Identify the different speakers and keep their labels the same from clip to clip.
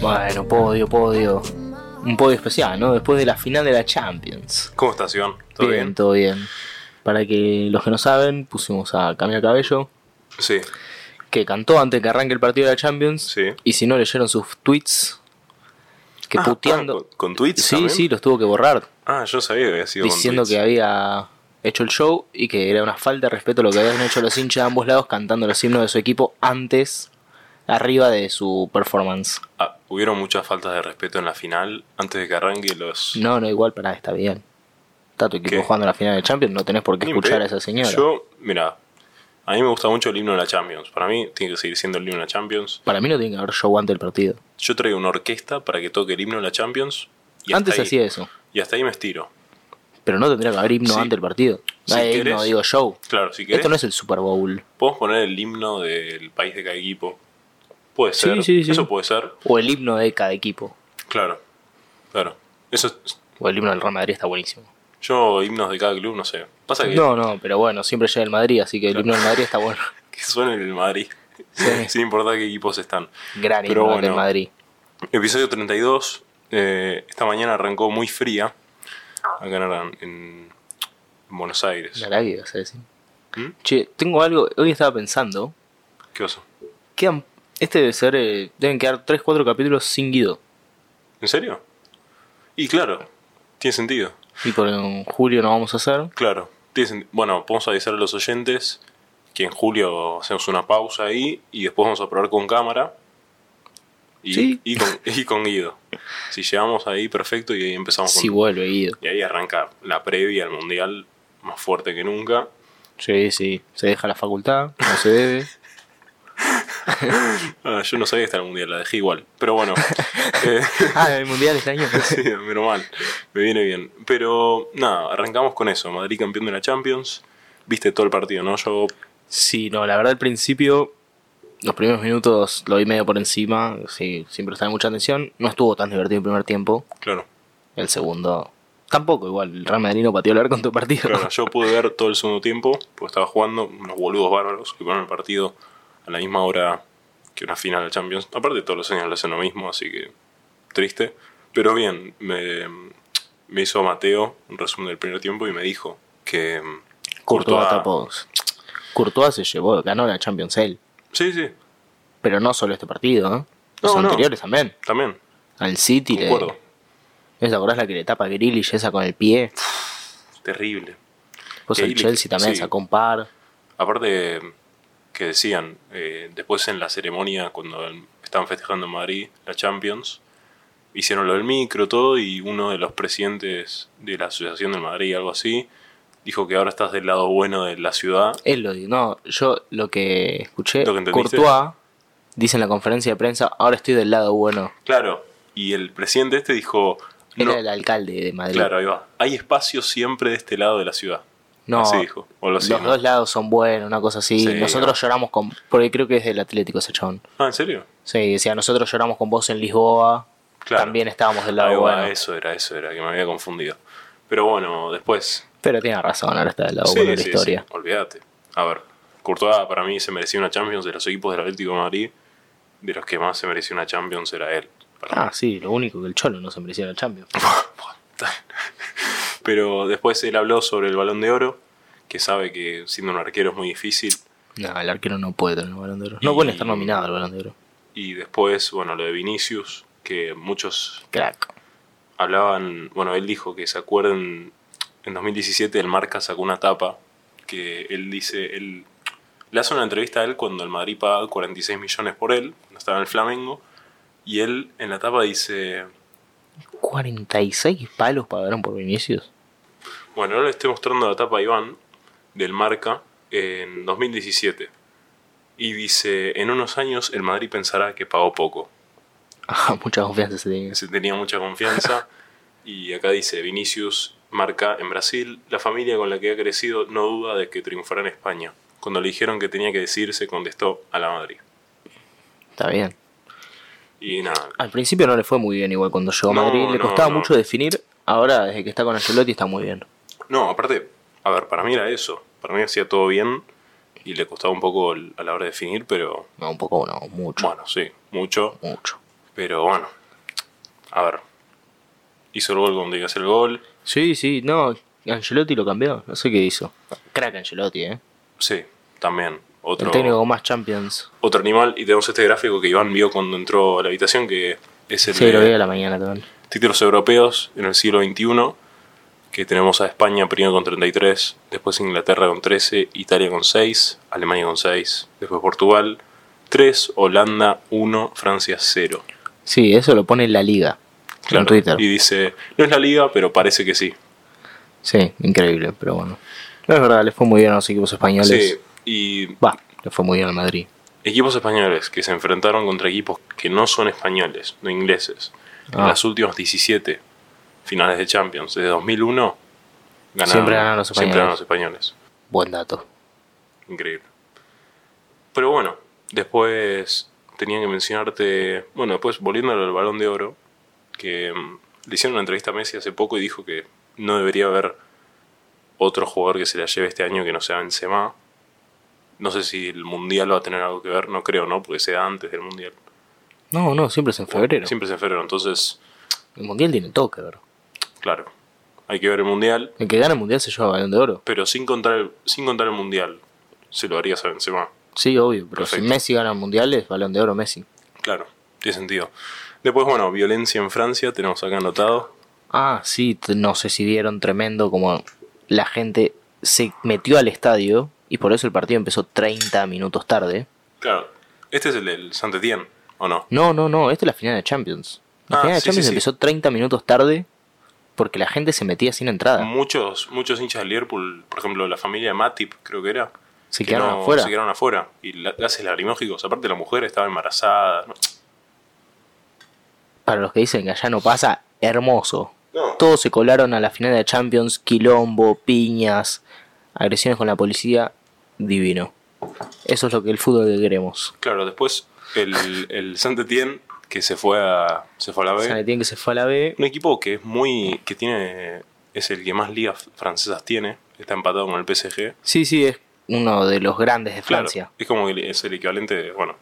Speaker 1: Bueno, podio, podio. Un podio especial, ¿no? Después de la final de la Champions.
Speaker 2: ¿Cómo estás, Iván? ¿Todo bien?
Speaker 1: todo bien. Para que los que no saben, pusimos a Camila Cabello,
Speaker 2: Sí,
Speaker 1: que cantó antes que arranque el partido de la Champions.
Speaker 2: sí.
Speaker 1: Y si no leyeron sus tweets, que
Speaker 2: Ah, ah,
Speaker 1: puteando.
Speaker 2: ¿Con, con tweets
Speaker 1: Sí,
Speaker 2: también?
Speaker 1: sí, los tuvo que borrar.
Speaker 2: Ah, yo sabía que había sido
Speaker 1: diciendo
Speaker 2: con
Speaker 1: que
Speaker 2: tweets.
Speaker 1: había hecho el show y que era una falta de respeto lo que habían hecho los hinchas de ambos lados cantando los himnos de su equipo antes, arriba de su performance.
Speaker 2: Ah, hubieron muchas faltas de respeto en la final antes de que arranque los...
Speaker 1: No, no, igual para está bien. Está tu equipo
Speaker 2: ¿Qué?
Speaker 1: jugando la final de Champions, no tenés por qué
Speaker 2: Ni
Speaker 1: escuchar
Speaker 2: pe-
Speaker 1: a esa señora.
Speaker 2: Yo, mira, a mí me gusta mucho el himno de la Champions. Para mí tiene que seguir siendo el himno de la Champions.
Speaker 1: Para mí no tiene que haber show antes del partido.
Speaker 2: Yo traigo una orquesta para que toque el himno de la Champions. Y hasta
Speaker 1: antes
Speaker 2: ahí-
Speaker 1: hacía eso,
Speaker 2: Y hasta ahí me estiro.
Speaker 1: pero no tendría que haber himno
Speaker 2: Sí.
Speaker 1: antes del partido.
Speaker 2: Si
Speaker 1: No hay
Speaker 2: querés-
Speaker 1: himno, digo show.
Speaker 2: Claro, si querés,
Speaker 1: Esto no es el Super Bowl.
Speaker 2: podemos poner el himno del país de cada equipo. Puede
Speaker 1: Sí,
Speaker 2: ser.
Speaker 1: sí, sí.
Speaker 2: Eso puede ser.
Speaker 1: O el himno de cada equipo.
Speaker 2: Claro. Claro. Eso es-
Speaker 1: O el himno del Real Madrid está buenísimo.
Speaker 2: Yo, himnos de cada club, no sé. Pasa que,
Speaker 1: No, no, pero bueno, siempre llega el Madrid, así que el himno del Madrid está bueno.
Speaker 2: que suene el Madrid.
Speaker 1: Sí.
Speaker 2: Sin importar qué equipos están.
Speaker 1: Gran
Speaker 2: Pero
Speaker 1: himno del
Speaker 2: bueno.
Speaker 1: Madrid.
Speaker 2: Episodio 32. eh, esta mañana arrancó muy fría. Acá en, Aran- en Buenos Aires.
Speaker 1: La lágrima, vas a decir.
Speaker 2: ¿Mm?
Speaker 1: Che, tengo algo. Hoy estaba pensando.
Speaker 2: ¿Qué oso?
Speaker 1: Quedan. Este debe ser. eh, deben quedar 3-4 capítulos sin Guido.
Speaker 2: ¿En serio? Y claro, tiene sentido.
Speaker 1: Y por en julio no vamos a hacer.
Speaker 2: Claro. tiene sen- Bueno, podemos avisar a los oyentes que en julio hacemos una pausa ahí y después vamos a probar con cámara. Y,
Speaker 1: Sí.
Speaker 2: y, con, y con Guido. Si llegamos ahí, perfecto, y ahí empezamos
Speaker 1: Si
Speaker 2: con
Speaker 1: vuelve Guido.
Speaker 2: Y ahí arranca la previa al mundial más fuerte que nunca.
Speaker 1: Sí, sí. Se deja la facultad, no se debe.
Speaker 2: Ah, yo no sabía que estaba el mundial, la dejé igual. Pero bueno, eh,
Speaker 1: ah, el mundial este año.
Speaker 2: sí, menos mal, me viene bien. Pero nada, arrancamos con eso. Madrid campeón de la Champions. Viste todo el partido, ¿no? Yo,
Speaker 1: Sí, no, la verdad al principio. Los primeros minutos lo vi medio por encima. Sí, siempre estaba mucha atención. No estuvo tan divertido el primer tiempo.
Speaker 2: claro,
Speaker 1: El segundo. Tampoco, igual. El Real Madrid no pateó el arco en tu partido.
Speaker 2: claro, yo pude ver todo el segundo tiempo, porque estaba jugando unos boludos bárbaros que ponen el partido a la misma hora que una final de Champions. Aparte, todos los años lo hacen lo mismo, así que triste. Pero bien, me, me hizo Mateo un resumen del primer tiempo y me dijo que mm,
Speaker 1: Courtois tapó. Courtois se llevó, ganó la Champions él.
Speaker 2: Sí, sí,
Speaker 1: Pero no solo este partido, ¿eh? Los
Speaker 2: No, no.
Speaker 1: anteriores también.
Speaker 2: también,
Speaker 1: Al City le.
Speaker 2: concuerdo.
Speaker 1: ¿No te acordás la que le tapa Grealish esa con el pie?
Speaker 2: Terrible.
Speaker 1: Pues el
Speaker 2: Grealish,
Speaker 1: Chelsea también
Speaker 2: sí.
Speaker 1: sacó un par.
Speaker 2: Aparte, que decían, eh, después en la ceremonia, cuando el- estaban festejando en Madrid la Champions, hicieron lo del micro, todo, y uno de los presidentes de la Asociación de Madrid, algo así, dijo que ahora estás del lado bueno de la ciudad.
Speaker 1: Él lo dijo. No, yo lo que escuché,
Speaker 2: Lo que entendiste.
Speaker 1: Courtois dice en la conferencia de prensa, ahora estoy del lado bueno.
Speaker 2: Claro, y el presidente este dijo,
Speaker 1: Era
Speaker 2: no,
Speaker 1: el alcalde de Madrid.
Speaker 2: claro, ahí va, hay espacio siempre de este lado de la ciudad.
Speaker 1: No,
Speaker 2: así dijo, o lo
Speaker 1: los
Speaker 2: así, ¿no?
Speaker 1: dos lados son buenos, una cosa así.
Speaker 2: Sí,
Speaker 1: Nosotros lloramos con... Porque creo que es del Atlético ese chabón.
Speaker 2: Ah, ¿en serio?
Speaker 1: Sí, decía, nosotros lloramos con vos en Lisboa.
Speaker 2: Claro.
Speaker 1: También estábamos del
Speaker 2: Ahí
Speaker 1: lado
Speaker 2: va,
Speaker 1: bueno.
Speaker 2: Eso era, eso era, que me había confundido. Pero bueno, después,
Speaker 1: Pero tiene razón, ahora está del lado bueno de la historia.
Speaker 2: sí, olvídate. A ver, Courtois para mí se merecía una Champions de los equipos del Atlético de Madrid. De los que más se merecía una Champions era él. Para
Speaker 1: Ah, sí, lo único que el Cholo no se merecía era el Champions.
Speaker 2: mí. Pero después él habló sobre el balón de oro, que sabe que siendo un arquero es muy difícil.
Speaker 1: No, el arquero no puede tener el balón de oro. No
Speaker 2: Y-
Speaker 1: puede estar nominado al balón de oro.
Speaker 2: Y después, bueno, lo de Vinicius, que muchos
Speaker 1: Crack.
Speaker 2: hablaban, bueno, él dijo que se acuerden, en 2017 el Marca sacó una tapa que él dice, él le hace una entrevista a él cuando el Madrid pagaba 46 millones por él, cuando estaba en el Flamengo, y él en la tapa dice,
Speaker 1: 46 palos pagaron por Vinicius.
Speaker 2: bueno, ahora le estoy mostrando la tapa a Iván del Marca en 2017. Y dice, en unos años el Madrid pensará que pagó poco.
Speaker 1: Ah, mucha confianza se tiene.
Speaker 2: se tenía mucha confianza. y acá dice, Vinicius marca en Brasil, la familia con la que ha crecido no duda de que triunfará en España. Cuando le dijeron que tenía que decirse, contestó a la Madrid.
Speaker 1: Está bien.
Speaker 2: Y nada,
Speaker 1: Al principio no le fue muy bien igual cuando llegó a
Speaker 2: No,
Speaker 1: Madrid. Le
Speaker 2: no,
Speaker 1: costaba
Speaker 2: no.
Speaker 1: mucho definir. Ahora, desde que está con Ancelotti, está muy bien.
Speaker 2: no, aparte, a ver, para mí era eso. Para mí hacía todo bien y le costaba un poco el- a la hora de definir, pero
Speaker 1: No, un poco, no, mucho.
Speaker 2: bueno, sí, mucho.
Speaker 1: Mucho.
Speaker 2: Pero bueno, a ver. Hizo el gol cuando tenía que hacer el gol.
Speaker 1: Sí, sí, no, Angelotti lo cambió, no sé qué hizo. Crack Angelotti, ¿eh?
Speaker 2: Sí, también. Otro,
Speaker 1: El técnico con más Champions.
Speaker 2: otro animal. Y tenemos este gráfico que Iván vio cuando entró a la habitación, que es el
Speaker 1: Sí,
Speaker 2: de
Speaker 1: lo vi a la mañana también.
Speaker 2: títulos europeos en el siglo XXI. Que tenemos a España primero con 33, después Inglaterra con 13, Italia con 6, Alemania con 6, después Portugal 3, Holanda 1, Francia 0.
Speaker 1: Sí, eso lo pone en la liga. En Twitter.
Speaker 2: Y dice, no es la liga, pero parece que sí.
Speaker 1: Sí, increíble, pero bueno. No es verdad, le fue muy bien a los equipos españoles.
Speaker 2: Sí, y
Speaker 1: Va, le fue muy bien al Madrid.
Speaker 2: equipos españoles que se enfrentaron contra equipos que no son españoles, no ingleses, en
Speaker 1: Ah.
Speaker 2: las últimas 17 finales de Champions, desde 2001, ganaron,
Speaker 1: Siempre ganan los
Speaker 2: siempre ganan los españoles.
Speaker 1: Buen dato.
Speaker 2: Increíble. Pero bueno, después tenía que mencionarte, bueno, después volviendo al balón de oro, que mm, le hicieron una entrevista a Messi hace poco y dijo que no debería haber otro jugador que se la lleve este año que no sea Benzema. No sé si el Mundial va a tener algo que ver, no creo, ¿no? Porque se da antes del Mundial.
Speaker 1: No, no, siempre es en febrero.
Speaker 2: Siempre es en febrero, entonces,
Speaker 1: El Mundial tiene todo que ver.
Speaker 2: claro, hay que ver el Mundial,
Speaker 1: El que gana el Mundial se lleva Balón de Oro.
Speaker 2: pero sin contar el, sin contar el Mundial, se lo harías a Benzema.
Speaker 1: Sí, obvio, pero
Speaker 2: Perfecto.
Speaker 1: si Messi gana el Mundial es Balón de Oro Messi.
Speaker 2: Claro, tiene sentido. Después, bueno, violencia en Francia, tenemos acá anotado.
Speaker 1: Ah, sí, t- no sé si vieron tremendo como la gente se metió al estadio y por eso el partido empezó 30 minutos tarde.
Speaker 2: Claro, este es el del saint Etienne, ¿o no?
Speaker 1: No, no, no, esta es la final de Champions. La
Speaker 2: Ah,
Speaker 1: final de
Speaker 2: sí, sí,
Speaker 1: Champions
Speaker 2: sí.
Speaker 1: empezó 30 minutos tarde porque la gente se metía sin
Speaker 2: Mm,
Speaker 1: entrada.
Speaker 2: Muchos, muchos hinchas de Liverpool, por ejemplo, la familia de Matip, creo que era.
Speaker 1: Se
Speaker 2: que
Speaker 1: quedaron
Speaker 2: no-
Speaker 1: afuera.
Speaker 2: Se quedaron afuera. Y la- gases lagrimógicos. Aparte, la mujer estaba embarazada. No,
Speaker 1: Para los que dicen que allá no pasa, hermoso.
Speaker 2: No.
Speaker 1: Todos se colaron a la final de Champions, quilombo, piñas, agresiones con la policía, divino. Eso es lo que el fútbol que queremos.
Speaker 2: Claro, después el, el saint Etienne, que se fue a, se fue a la B.
Speaker 1: San Etienne que se fue a la B.
Speaker 2: Un equipo que es muy. que tiene. es el que más ligas francesas tiene. Está empatado con el PSG.
Speaker 1: Sí, sí, es uno de los grandes de
Speaker 2: Claro,
Speaker 1: Francia.
Speaker 2: Es como el, es el equivalente de, bueno,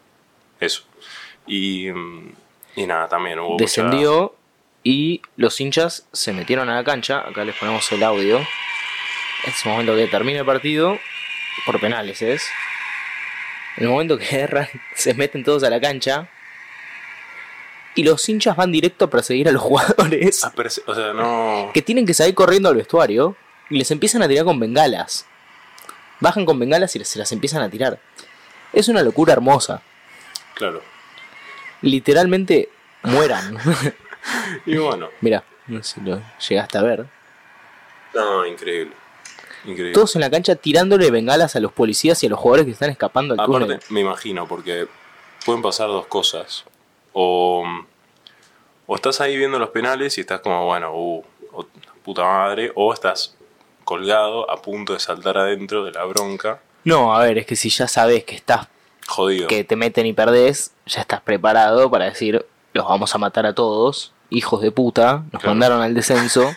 Speaker 2: eso. Y, mm, y nada, también hubo mucha-
Speaker 1: Descendió y los hinchas se metieron a la cancha. Acá les ponemos el audio. Es el momento que termina el partido. Por penales es. El momento que erran, se meten todos a la cancha. Y los hinchas van directo a perseguir a los jugadores.
Speaker 2: Ah, pero es- o sea, no...
Speaker 1: que tienen que salir corriendo al vestuario y les empiezan a tirar con bengalas. Bajan con bengalas y se las empiezan a tirar. Es una locura hermosa.
Speaker 2: Claro.
Speaker 1: Literalmente mueran.
Speaker 2: Y bueno,
Speaker 1: Mira, no sé si lo llegaste a ver.
Speaker 2: no, increíble. Increíble.
Speaker 1: Todos en la cancha tirándole bengalas a los policías y a los jugadores que están escapando al
Speaker 2: Aparte,
Speaker 1: túnel.
Speaker 2: me imagino, porque pueden pasar dos cosas. O, o estás ahí viendo los penales y estás como, bueno, uh, o- puta madre, o estás colgado a punto de saltar adentro de la bronca,
Speaker 1: No, a ver, es que si ya sabes que estás,
Speaker 2: jodido.
Speaker 1: que te meten y perdés, ya estás preparado para decir, los vamos a matar a todos, hijos de puta, nos
Speaker 2: Claro.
Speaker 1: mandaron al descenso,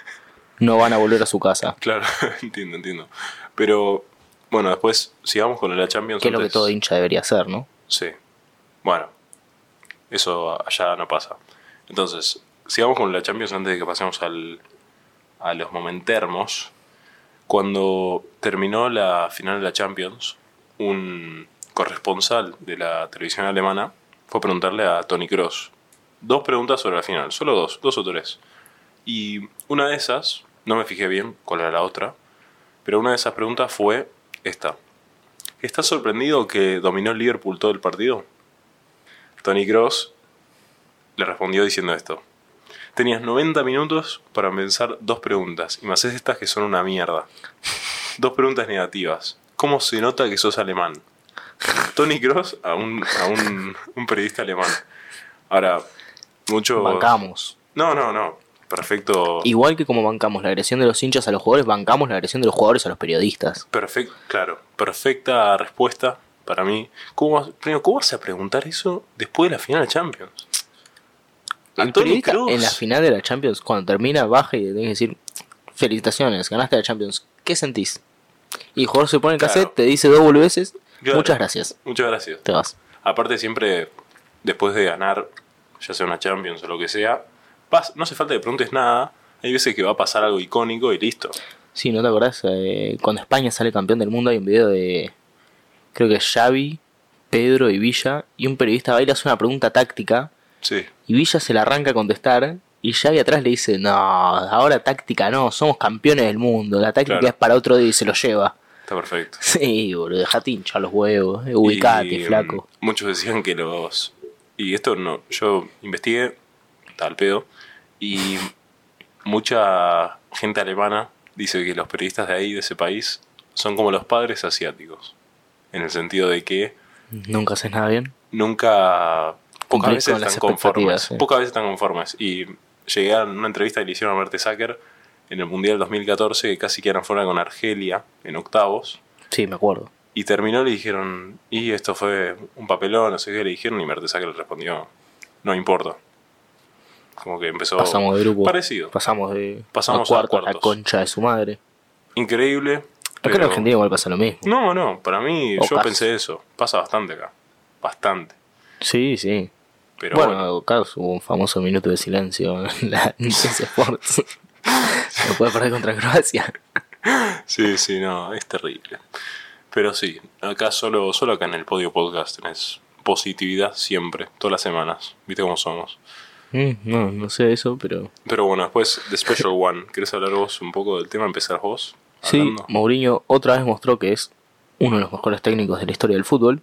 Speaker 1: no van a volver a su casa.
Speaker 2: Claro, entiendo, entiendo. Pero bueno, después sigamos con la Champions.
Speaker 1: Que es lo que
Speaker 2: antes.
Speaker 1: todo hincha debería hacer, ¿no?
Speaker 2: Sí. Bueno, eso allá no pasa. Entonces, sigamos con la Champions antes de que pasemos al, a los momentermos. Cuando terminó la final de la Champions, un corresponsal de la televisión alemana fue a preguntarle a Tony Cross dos preguntas sobre la final, solo dos, dos o tres. Y una de esas, no me fijé bien cuál era la otra, pero una de esas preguntas fue esta. ¿Estás sorprendido que dominó el Liverpool todo el partido? Tony Cross le respondió diciendo esto. Tenías 90 minutos para pensar dos preguntas y me haces estas que son una mierda. Dos preguntas negativas. ¿Cómo se nota que sos alemán? Tony Cross a un, a un, un periodista alemán. Ahora, mucho...
Speaker 1: Bancamos.
Speaker 2: No, no, no. Perfecto.
Speaker 1: Igual que como bancamos la agresión de los hinchas a los jugadores, bancamos la agresión de los jugadores a los periodistas.
Speaker 2: Perfecto, claro. Perfecta respuesta para mí. ¿Cómo vas, primero, ¿cómo vas a preguntar eso después de la final de Champions? A
Speaker 1: El
Speaker 2: Toni
Speaker 1: periodista
Speaker 2: Kroos.
Speaker 1: en la final de la Champions, cuando termina, baja y le tiene que decir, felicitaciones, ganaste la Champions, ¿qué sentís? Y el jugador se pone el
Speaker 2: Claro.
Speaker 1: cassette, te dice dos veces,
Speaker 2: Claro.
Speaker 1: muchas gracias,
Speaker 2: Muchas gracias.
Speaker 1: te vas.
Speaker 2: Aparte, siempre después de ganar, ya sea una Champions o lo que sea, pas- no hace falta que preguntes nada. Hay veces que va a pasar algo icónico y listo.
Speaker 1: Sí, ¿no te acordás? Eh, cuando España sale campeón del mundo hay un video de, creo que Xavi, Pedro y Villa, y un periodista va y le hace una pregunta táctica,
Speaker 2: Sí.
Speaker 1: y Villa se la arranca a contestar, y Xavi atrás le dice, no, ahora táctica no, somos campeones del mundo, la táctica
Speaker 2: Claro.
Speaker 1: es para otro día y se lo lleva.
Speaker 2: Está perfecto.
Speaker 1: Sí, boludo, dejate hinchar los huevos, eh, ubicate,
Speaker 2: Y, mm,
Speaker 1: flaco.
Speaker 2: Muchos decían que los. Y esto no. Yo investigué, tal pedo. Y mucha gente alemana dice que los periodistas de ahí, de ese país, son como los padres asiáticos. En el sentido de que mm,
Speaker 1: Nunca haces nada bien.
Speaker 2: nunca. Pocas
Speaker 1: Cumplís
Speaker 2: veces
Speaker 1: con las
Speaker 2: están conformes.
Speaker 1: expectativas, eh.
Speaker 2: Pocas veces están conformes. Y llegué a una entrevista que le hicieron a Bert Sacker en el Mundial 2014, que casi quedaron fuera con Argelia en octavos.
Speaker 1: Sí, me acuerdo.
Speaker 2: Y terminó, le dijeron, y esto fue un papelón, no sé qué, le dijeron, y Mertesacker le respondió, no importa. Como que empezó
Speaker 1: Pasamos de grupo.
Speaker 2: Oh, parecido.
Speaker 1: Pasamos de
Speaker 2: Pasamos
Speaker 1: a
Speaker 2: a
Speaker 1: cuartos, la
Speaker 2: cuartos.
Speaker 1: concha de su madre.
Speaker 2: Increíble.
Speaker 1: Acá en
Speaker 2: pero-
Speaker 1: Argentina igual pasa lo mismo.
Speaker 2: No, no, para mí,
Speaker 1: O
Speaker 2: yo
Speaker 1: casi.
Speaker 2: pensé eso. Pasa bastante acá. Bastante.
Speaker 1: Sí, sí.
Speaker 2: Pero
Speaker 1: bueno,
Speaker 2: bueno,
Speaker 1: Carlos hubo un famoso minuto de silencio en la en CS Sports. Se puede perder contra Croacia.
Speaker 2: sí, sí, no, es terrible. Pero sí, acá solo, solo acá en el Podio Podcast tenés positividad siempre, todas las semanas. Viste cómo somos.
Speaker 1: Mm, no, no sé eso, pero.
Speaker 2: Pero bueno, después de Special One, ¿querés hablar vos un poco del tema? ¿Empezar vos?
Speaker 1: Sí,
Speaker 2: hablando?
Speaker 1: Mourinho otra vez mostró que es uno de los mejores técnicos de la historia del fútbol.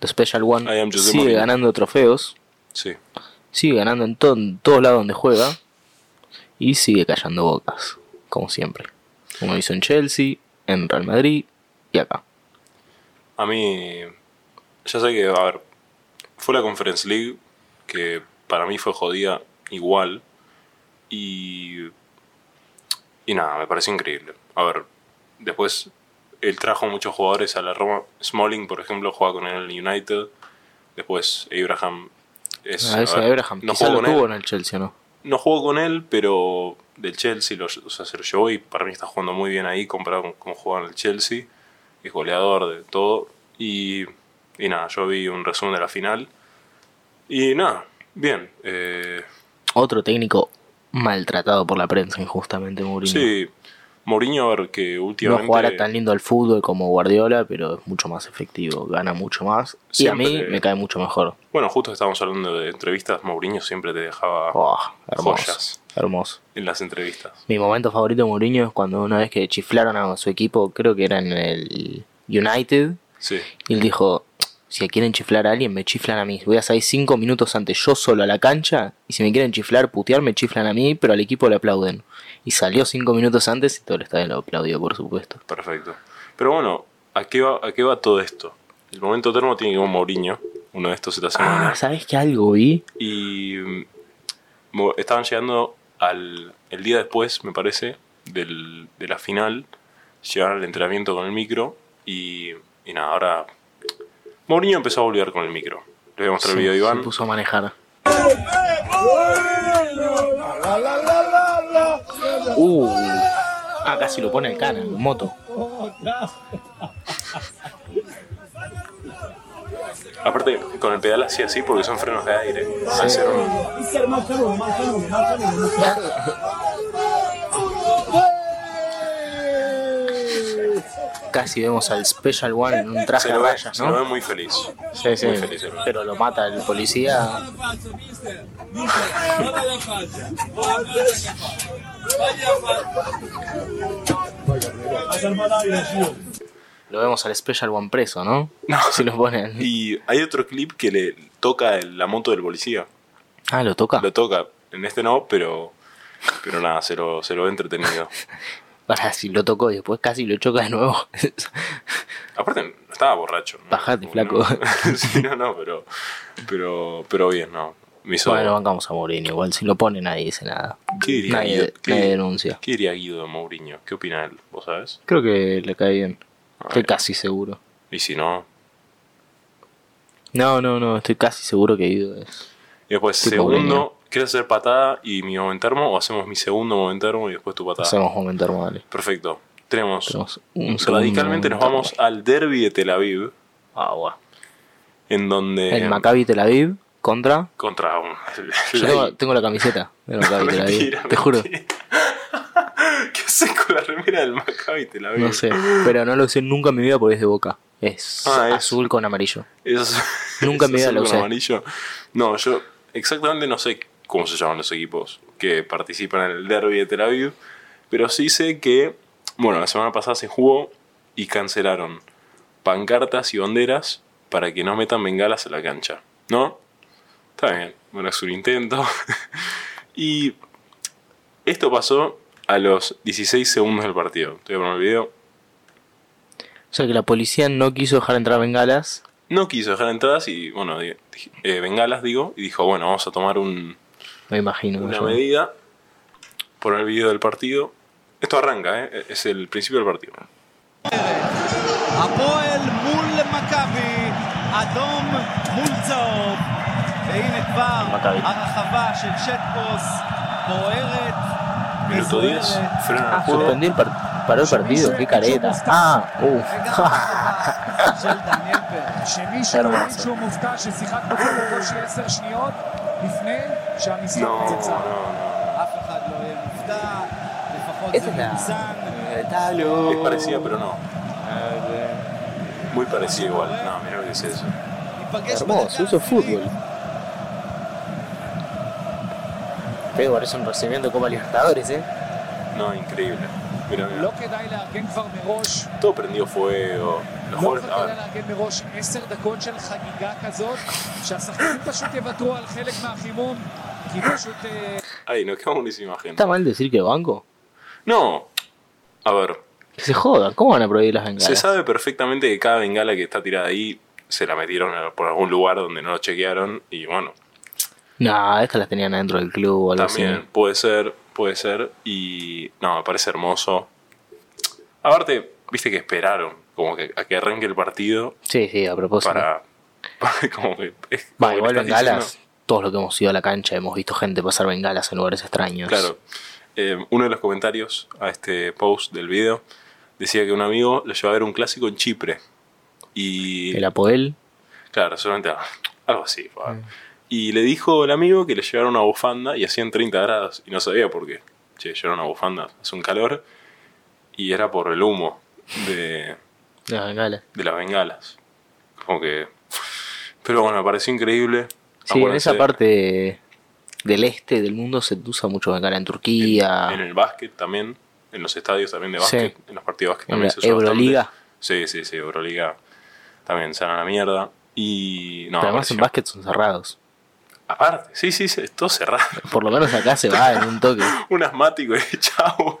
Speaker 1: The Special One
Speaker 2: I am José
Speaker 1: sigue
Speaker 2: Mourinho.
Speaker 1: ganando trofeos,
Speaker 2: Sí.
Speaker 1: sigue ganando en, todo- en todos lados donde juega y sigue callando bocas, como siempre. Como hizo en Chelsea, en Real Madrid y acá.
Speaker 2: A mí, ya sé que, a ver, fue la Conference League que para mí fue jodida igual y y nada, me pareció increíble. A ver, después él trajo muchos jugadores a la Roma. Smalling, por ejemplo, juega con él en el United. Después Abraham es
Speaker 1: a Ah, eso
Speaker 2: ver,
Speaker 1: de Abraham,
Speaker 2: no
Speaker 1: quizá
Speaker 2: jugó
Speaker 1: lo
Speaker 2: con él.
Speaker 1: tuvo en el Chelsea, ¿no?
Speaker 2: No jugó con él, pero del Chelsea lo, o sea, se lo llevó y para mí está jugando muy bien ahí comparado con cómo jugaba en el Chelsea. Es goleador de todo. Y, y nada, yo vi un resumen de la final. Y nada, bien. Eh,
Speaker 1: Otro técnico maltratado por la prensa injustamente, Mourinho.
Speaker 2: sí, Mourinho, a ver, que
Speaker 1: no
Speaker 2: últimamente...
Speaker 1: jugará tan lindo al fútbol como Guardiola, pero es mucho más efectivo, gana mucho más. Y a
Speaker 2: Siempre-
Speaker 1: mí me cae mucho mejor.
Speaker 2: Bueno, justo estábamos hablando de entrevistas. Mourinho siempre te dejaba
Speaker 1: Oh, hermoso.
Speaker 2: Ah, Joyas.
Speaker 1: Hermoso.
Speaker 2: en las entrevistas.
Speaker 1: Mi momento favorito de Mourinho es cuando una vez que chiflaron a su equipo, creo que era en el United,
Speaker 2: Sí,
Speaker 1: y él dijo, si quieren chiflar a alguien, me chiflan a mí. Voy a salir cinco minutos antes yo solo a la cancha, y si me quieren chiflar, putear, me chiflan a mí, pero al equipo le aplauden. Y salió cinco minutos antes y todo el estadio lo aplaudió, por supuesto.
Speaker 2: perfecto. Pero bueno, ¿a qué va, a qué va todo esto? El momento termo tiene que ir con Mourinho, uno de estos esta semana.
Speaker 1: Ah, ¿sabes qué algo vi?
Speaker 2: Y mm, mo- estaban llegando al el día después, me parece, del, de la final. Llegaron al entrenamiento con el micro y, y nada, ahora Mourinho empezó a volver con el micro. Le voy a mostrar el video de
Speaker 1: Se-
Speaker 2: Iván.
Speaker 1: se puso a manejar. Uh. Ah, casi lo pone el cana, en moto.
Speaker 2: Aparte, con el pedal hacía así porque son frenos de aire. Al ser un-
Speaker 1: Casi vemos al Special One en un traje
Speaker 2: se,
Speaker 1: de
Speaker 2: lo ve,
Speaker 1: rayas,
Speaker 2: se lo ve
Speaker 1: ¿no?
Speaker 2: muy feliz.
Speaker 1: Sí, sí.
Speaker 2: muy feliz, ¿no?
Speaker 1: Pero lo mata el policía. Lo vemos al Special One preso, ¿no? Si lo ponen.
Speaker 2: Y hay otro clip que le toca el- la moto del policía.
Speaker 1: Ah, lo toca.
Speaker 2: Lo toca. En este no, pero, pero nada, se lo, se lo ve entretenido.
Speaker 1: Pará, si lo tocó y después casi lo choca de nuevo.
Speaker 2: Aparte, no estaba borracho. ¿no?
Speaker 1: Bajate,
Speaker 2: Como,
Speaker 1: flaco.
Speaker 2: ¿no? sí, no, no, pero, pero, pero bien, no. Me hizo-
Speaker 1: bueno, bancamos a Mourinho. Igual si lo pone nadie dice nada.
Speaker 2: ¿Qué diría, Guido,
Speaker 1: Nadie,
Speaker 2: qué-
Speaker 1: nadie denuncia.
Speaker 2: qué diría Guido de Mourinho? ¿Qué opina él? ¿Vos sabés?
Speaker 1: Creo que le cae bien. Estoy
Speaker 2: Ay.
Speaker 1: casi seguro.
Speaker 2: Y si no.
Speaker 1: No, no, no, estoy casi seguro que Guido es.
Speaker 2: Y después,
Speaker 1: Tipo
Speaker 2: segundo,
Speaker 1: Mourinho.
Speaker 2: ¿quieres hacer patada y mi momentarmo? ¿O hacemos mi segundo momentarmo y después tu patada?
Speaker 1: Hacemos momento armado.
Speaker 2: Perfecto. Tenemos.
Speaker 1: Tenemos un segundo
Speaker 2: radicalmente nos
Speaker 1: momento
Speaker 2: vamos al derby de Tel Aviv,
Speaker 1: armado. Ah, guau.
Speaker 2: en donde.
Speaker 1: El Maccabi Tel Aviv contra.
Speaker 2: Contra un.
Speaker 1: Yo tengo, tengo la camiseta de Maccabi, te la vi, te juro.
Speaker 2: mentira. ¿Qué haces con la remera del Maccabi? Te la vi.
Speaker 1: No sé, pero no lo usé nunca en mi vida porque es de boca. Es
Speaker 2: Ah, es-
Speaker 1: azul con amarillo.
Speaker 2: Eso es-
Speaker 1: Nunca en mi vida
Speaker 2: eso es
Speaker 1: lo
Speaker 2: un
Speaker 1: usé.
Speaker 2: amarillo. No, yo exactamente no sé cómo se llaman los equipos que participan en el derby de Tel Aviv, pero sí sé que, bueno, la semana pasada se jugó y cancelaron pancartas y banderas para que no metan bengalas a la cancha, ¿no? Está bien, bueno, es un intento. y esto pasó a los 16 segundos del partido. Te voy a poner el video.
Speaker 1: O sea que la policía no quiso dejar entrar bengalas.
Speaker 2: no quiso dejar entradas y, bueno, di- dij- eh, bengalas, digo, y dijo, bueno, vamos a tomar un-
Speaker 1: Me imagino.
Speaker 2: una
Speaker 1: yo.
Speaker 2: medida por el video del partido. Esto arranca, ¿eh? es el principio del partido.
Speaker 3: הפועל מול מכבי, אדום מול צהוב, והנה כבר
Speaker 1: מכבי.
Speaker 3: הרחבה של שטקוס בוערת
Speaker 2: Minuto 10,
Speaker 3: וזוהרת.
Speaker 2: frenan el
Speaker 1: Ah,
Speaker 2: juego.
Speaker 1: suspendió el par- paró el partido, qué careta. Ah,
Speaker 3: וגם
Speaker 1: uh.
Speaker 3: הרחבה של דניאל פרץ.
Speaker 4: שמישהו
Speaker 1: Hermoso.
Speaker 4: יגיד שהוא מופתע ששיחקנו פה בקושי עשר שניות לפני שהמשחק
Speaker 2: No,
Speaker 4: התפוצצה.
Speaker 2: no,
Speaker 3: אף אחד לא יהיה מופתע, לפחות
Speaker 1: איזה
Speaker 3: זה
Speaker 1: נער.
Speaker 3: מאוזן.
Speaker 2: no. Es parecida, pero no. Muy parecida igual. No, mira lo que es eso.
Speaker 3: ניפגש
Speaker 1: Hermoso, eso es fútbol. Pero parece un recibimiento de Copa Libertadores, ¿eh?
Speaker 2: No, increíble. Mira,
Speaker 4: לא
Speaker 2: mira.
Speaker 4: כדאי לארגן כבר מראש,
Speaker 2: Todo prendió fuego. Los
Speaker 4: לא
Speaker 2: jugadores- a
Speaker 4: כדאי
Speaker 2: ver,
Speaker 4: לארגן מראש עשר דקות של חגיגה כזאת, שהשחקנים פשוט יוותרו על חלק מהחימום, כי פשוט... אה,
Speaker 2: Ay, nos quedamos con esa imagen.
Speaker 1: ¿Está mal decir que banco?
Speaker 2: No. A ver,
Speaker 1: Que se jodan, ¿cómo van a prohibir las
Speaker 2: Se
Speaker 1: bengalas?
Speaker 2: sabe perfectamente que cada bengala que está tirada ahí se la metieron a- por algún lugar donde no lo chequearon y bueno,
Speaker 1: No, estas las tenían adentro del club o algo
Speaker 2: también
Speaker 1: así.
Speaker 2: puede ser, puede ser y no, me parece hermoso. Aparte, viste que esperaron como que a que arranque el partido
Speaker 1: Sí, sí, a propósito.
Speaker 2: para, para como que... es como
Speaker 1: Va,
Speaker 2: que
Speaker 1: igual
Speaker 2: le estás
Speaker 1: bengalas,
Speaker 2: diciendo-
Speaker 1: todos los que hemos ido a la cancha hemos visto gente pasar bengalas en lugares extraños.
Speaker 2: Claro. Eh, uno de los comentarios a este post del video decía que un amigo lo llevó a ver un clásico en Chipre y...
Speaker 1: El Apoel,
Speaker 2: Claro, solamente algo así. fue.
Speaker 1: Mm.
Speaker 2: Y le dijo el amigo que le llevara una bufanda y hacían 30 grados. Y no sabía por qué. Che, llevaron una bufanda, hace un calor. Y era por el humo de,
Speaker 1: las bengalas.
Speaker 2: de las bengalas. Como que. Pero bueno, me pareció increíble.
Speaker 1: Sí, en
Speaker 2: Acuérdense,
Speaker 1: esa parte del este del mundo se usa mucho bengala. En Turquía,
Speaker 2: En el básquet también. En los estadios también de básquet.
Speaker 1: Sí.
Speaker 2: En los partidos de básquet
Speaker 1: En
Speaker 2: también
Speaker 1: la
Speaker 2: se usa bastante.
Speaker 1: Euroliga.
Speaker 2: Sí, sí, sí. Euroliga también se dan a la mierda. Y. No,
Speaker 1: pero
Speaker 2: me
Speaker 1: además en
Speaker 2: pareció-
Speaker 1: básquet son cerrados.
Speaker 2: Aparte, sí, sí, sí, todo cerrado.
Speaker 1: Por lo menos acá se va en un toque.
Speaker 2: un asmático y chavo,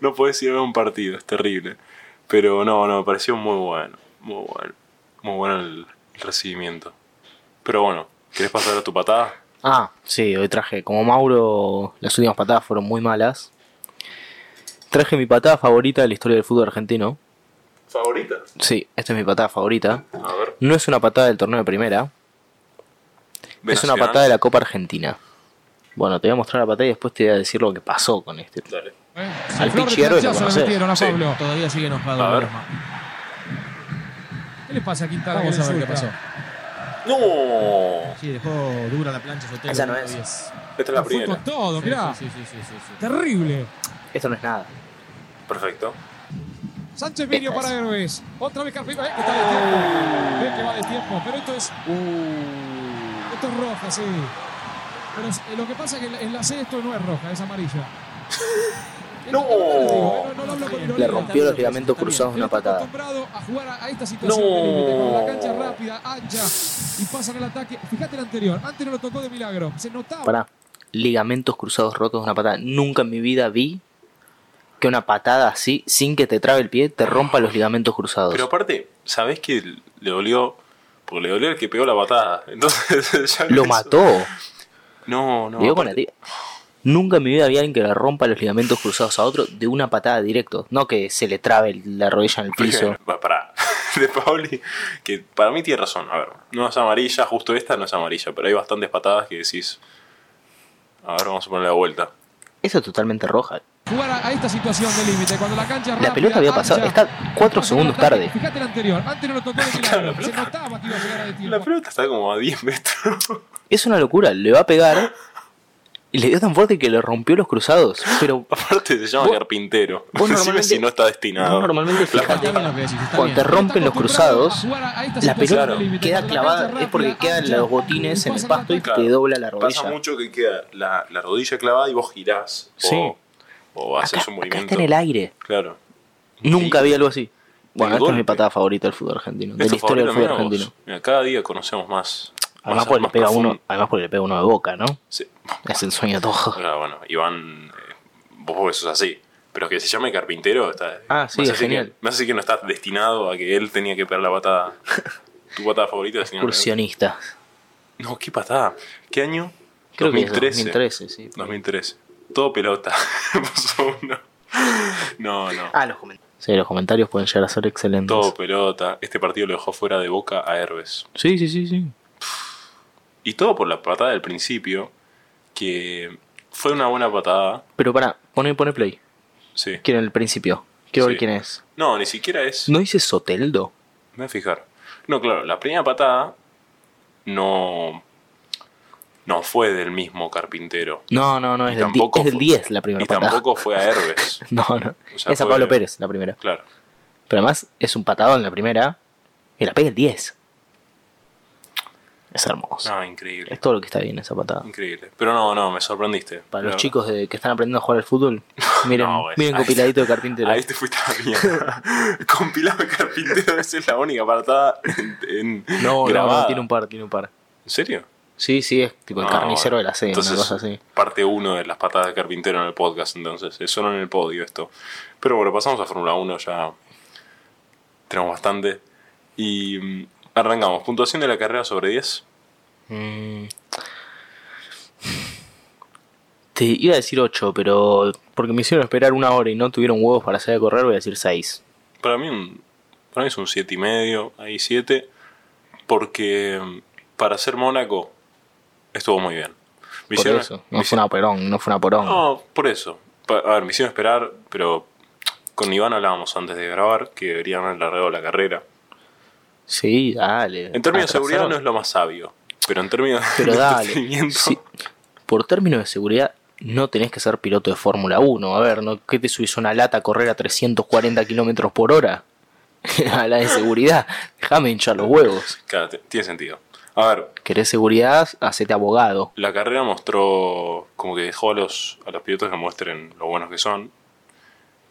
Speaker 2: no podés ir a ver un partido, es terrible. Pero no, no, me pareció muy bueno, muy bueno, muy bueno el, el recibimiento. Pero bueno, ¿querés pasar a tu patada?
Speaker 1: Ah, sí, hoy traje. Como Mauro, las últimas patadas fueron muy malas. Traje mi patada favorita de la historia del fútbol argentino.
Speaker 2: ¿Favorita?
Speaker 1: Sí, esta es mi patada favorita.
Speaker 2: A ver.
Speaker 1: No es una patada del torneo de primera, es una patada de la Copa Argentina. Bueno, te voy a mostrar la patada y después te voy a decir lo que pasó con este.
Speaker 2: Dale.
Speaker 1: Al
Speaker 4: flor de
Speaker 1: Pichiaro lo
Speaker 4: planchazo
Speaker 1: conocés.
Speaker 4: le metieron a
Speaker 2: Sí.
Speaker 4: Pablo.
Speaker 5: Todavía sigue enojado.
Speaker 2: A ver.
Speaker 5: Lerma. ¿Qué le pasa a Quintana?
Speaker 4: Vamos
Speaker 5: Vamos
Speaker 4: a
Speaker 5: a
Speaker 4: ver
Speaker 5: qué
Speaker 4: qué
Speaker 5: pasó.
Speaker 2: ¡No!
Speaker 5: Sí, dejó dura la plancha Sotelo.
Speaker 1: Esa no
Speaker 5: Todavía
Speaker 1: es.
Speaker 2: Esta es la
Speaker 4: Fue
Speaker 2: primera.
Speaker 4: con todo,
Speaker 5: Sí,
Speaker 4: mirá.
Speaker 5: sí, sí, sí, sí, sí.
Speaker 4: Terrible.
Speaker 1: Esto no es nada.
Speaker 2: Perfecto.
Speaker 4: Sánchez Mirio
Speaker 1: Esta
Speaker 4: para Herbes. Otra vez Carpino. Ve que está de tiempo. Ve que va de tiempo. Pero esto es.
Speaker 1: Uh.
Speaker 4: Esto es roja, sí. Pero es- eh, lo que pasa es que en la- en la C esto no es roja, es amarilla.
Speaker 2: No.
Speaker 4: eh,
Speaker 1: Le rompió los ligamentos
Speaker 5: Está bien.
Speaker 1: cruzados una patada.
Speaker 4: acostumbrado a jugar a, a esta situación
Speaker 2: No.
Speaker 4: de límite, con la cancha rápida, ancha y pasan el ataque. Fíjate el anterior, antes no lo tocó de milagro, se notaba.
Speaker 1: Pará. Ligamentos cruzados rotos de una patada. Nunca en mi vida vi que una patada así, sin que te trabe el pie, te rompa los ligamentos cruzados.
Speaker 2: Pero aparte, ¿sabés que le dolió? Porque le dolió el que pegó la patada. Entonces, ya
Speaker 1: lo
Speaker 2: hizo-
Speaker 1: mató.
Speaker 2: No, no.
Speaker 1: Le dio con
Speaker 2: aparte-
Speaker 1: la tía. Nunca en mi vida había alguien que le rompa los ligamentos cruzados a otro de una patada directo. No que se le trabe el- la rodilla en el piso.
Speaker 2: Bueno, pa- Pará. De Pauli, que para mí tiene razón. A ver, no es amarilla, justo esta no es amarilla, pero hay bastantes patadas que decís. A ver, vamos a ponerle la vuelta.
Speaker 1: Eso es totalmente roja.
Speaker 4: jugar a, a esta situación de límite. Cuando la cancha es
Speaker 1: La
Speaker 4: rápida,
Speaker 1: pelota había pasado.
Speaker 4: ancha.
Speaker 1: Está 4
Speaker 4: No,
Speaker 1: segundos
Speaker 4: fíjate-
Speaker 1: tarde.
Speaker 4: Fíjate el anterior. Antes no lo tocó de
Speaker 2: la
Speaker 4: milagro. Se
Speaker 2: pelota.
Speaker 4: notaba que iba a llegar a tiempo.
Speaker 2: La pelota está como a 10 metros.
Speaker 1: Es una locura. Le va a pegar. Y le dio tan fuerte que le rompió los cruzados. Pero
Speaker 2: Aparte se llama
Speaker 1: Vos-
Speaker 2: carpintero.
Speaker 1: vos
Speaker 2: Decime
Speaker 1: normalmente-
Speaker 2: si no está destinado.
Speaker 1: vos normalmente
Speaker 2: La
Speaker 1: fijate-
Speaker 5: Está
Speaker 2: patada.
Speaker 5: bien lo que decís, está
Speaker 1: cuando te
Speaker 5: bien.
Speaker 1: rompen los cruzados, la pelota
Speaker 2: Claro.
Speaker 1: queda clavada. Es porque quedan los botines en el pasto y te dobla la
Speaker 2: Pasa
Speaker 1: rodilla.
Speaker 2: mucho que queda la, la rodilla clavada y vos girás. O,
Speaker 1: Sí.
Speaker 2: o haces
Speaker 1: Acá,
Speaker 2: un
Speaker 1: acá
Speaker 2: movimiento.
Speaker 1: está en el aire.
Speaker 2: Claro.
Speaker 1: Nunca vi algo así. Bueno, esta es
Speaker 2: golpe. ¿Este
Speaker 1: mi patada favorita del fútbol argentino. De
Speaker 2: Es
Speaker 1: la
Speaker 2: tu
Speaker 1: historia del
Speaker 2: favorito,
Speaker 1: fútbol
Speaker 2: mira vos.
Speaker 1: argentino.
Speaker 2: Mira, cada día conocemos más.
Speaker 1: Además
Speaker 2: más-
Speaker 1: porque, le
Speaker 2: más
Speaker 1: pega uno,
Speaker 2: profundo.
Speaker 1: además porque le pega uno de boca, ¿no?
Speaker 2: Sí.
Speaker 1: Es el sueño de todos.
Speaker 2: Ahora, bueno, Iván, eh, vos porque sos así. Pero que se llame carpintero está.
Speaker 1: Ah, sí,
Speaker 2: me hace
Speaker 1: es
Speaker 2: así
Speaker 1: genial.
Speaker 2: Que, me hace así que no estás destinado a que él tenía que pegar la patada. tu patada favorita es
Speaker 1: Excursionista.
Speaker 2: No, qué patada. ¿Qué año?
Speaker 1: Creo
Speaker 2: 2013.
Speaker 1: que es 2013, sí.
Speaker 2: 2013. Todo pelota. Puso uno. No, no.
Speaker 1: Ah, los comentarios. Sí, los comentarios pueden llegar a ser excelentes.
Speaker 2: Todo pelota. Este partido lo dejó fuera de boca a Herbes.
Speaker 1: Sí, sí, sí, sí.
Speaker 2: Y todo por la patada del principio, que fue una buena patada.
Speaker 1: Pero para, pone, pone play.
Speaker 2: Sí.
Speaker 1: Quiero el principio. Quiero
Speaker 2: Sí.
Speaker 1: ver quién es.
Speaker 2: No, ni siquiera es.
Speaker 1: ¿No dice Soteldo?
Speaker 2: Me voy a fijar. No, claro, la primera patada no. No fue del mismo carpintero.
Speaker 1: No, no, no,
Speaker 2: Y
Speaker 1: es del, di-
Speaker 2: tampoco
Speaker 1: es del
Speaker 2: fue-
Speaker 1: 10 la primera
Speaker 2: Y
Speaker 1: patada.
Speaker 2: tampoco fue a Herbes.
Speaker 1: No, no.
Speaker 2: O sea,
Speaker 1: es a
Speaker 2: fue-
Speaker 1: Pablo Pérez la primera.
Speaker 2: Claro.
Speaker 1: Pero además es un patadón la primera. Y la pega el 10. Es hermoso.
Speaker 2: No, increíble.
Speaker 1: Es todo lo que está bien esa patada.
Speaker 2: Increíble. Pero no, no, me sorprendiste.
Speaker 1: Para los
Speaker 2: La verdad.
Speaker 1: chicos de, que están aprendiendo a jugar al fútbol, miren,
Speaker 2: No, güey.
Speaker 1: miren
Speaker 2: Ahí-
Speaker 1: compiladito de carpintero.
Speaker 2: Ahí te fuiste a la mierda. Compilado de carpintero, esa es la única patada en, en
Speaker 1: No, no,
Speaker 2: grabada.
Speaker 1: no, tiene un par, tiene un par.
Speaker 2: ¿En serio?
Speaker 1: Sí, sí, es tipo el
Speaker 2: No,
Speaker 1: carnicero de
Speaker 2: Ah, bueno.
Speaker 1: la C,
Speaker 2: Entonces,
Speaker 1: una cosa así.
Speaker 2: Parte uno de las patadas de carpintero en el podcast, entonces. Es solo en el podio esto. Pero bueno, pasamos a Fórmula 1, ya tenemos bastante. Y mm, arrancamos. Puntuación de la carrera sobre 10.
Speaker 1: Mm. Te iba a decir 8, pero porque me hicieron esperar una hora y no tuvieron huevos para salir a correr, voy a decir 6.
Speaker 2: Para mí, un- para mí es un 7 y medio, ahí 7. Porque mm, para ser Mónaco estuvo muy bien. Me
Speaker 1: Por
Speaker 2: hicieron-
Speaker 1: eso,
Speaker 2: me
Speaker 1: no fue
Speaker 2: hicieron-
Speaker 1: una porón, no fue una porón.
Speaker 2: No, por eso. Pa- A ver, me hicieron esperar, pero con Iván hablábamos antes de grabar que deberían haber alargado la carrera.
Speaker 1: Sí, dale.
Speaker 2: En términos de
Speaker 1: atrasaron.
Speaker 2: seguridad no es lo más sabio, pero en términos
Speaker 1: Pero
Speaker 2: de
Speaker 1: dale.
Speaker 2: entretenimiento,
Speaker 1: sí, por términos de seguridad, no tenés que ser piloto de Fórmula 1. A ver, ¿no? ¿qué te subís a una lata a correr a 340 kilómetros por hora? a la de seguridad, déjame hinchar los huevos.
Speaker 2: claro, te- tiene sentido. A ver,
Speaker 1: ¿Querés seguridad? Hacete abogado.
Speaker 2: la carrera mostró como que dejó a los, a los pilotos que muestren lo buenos que son.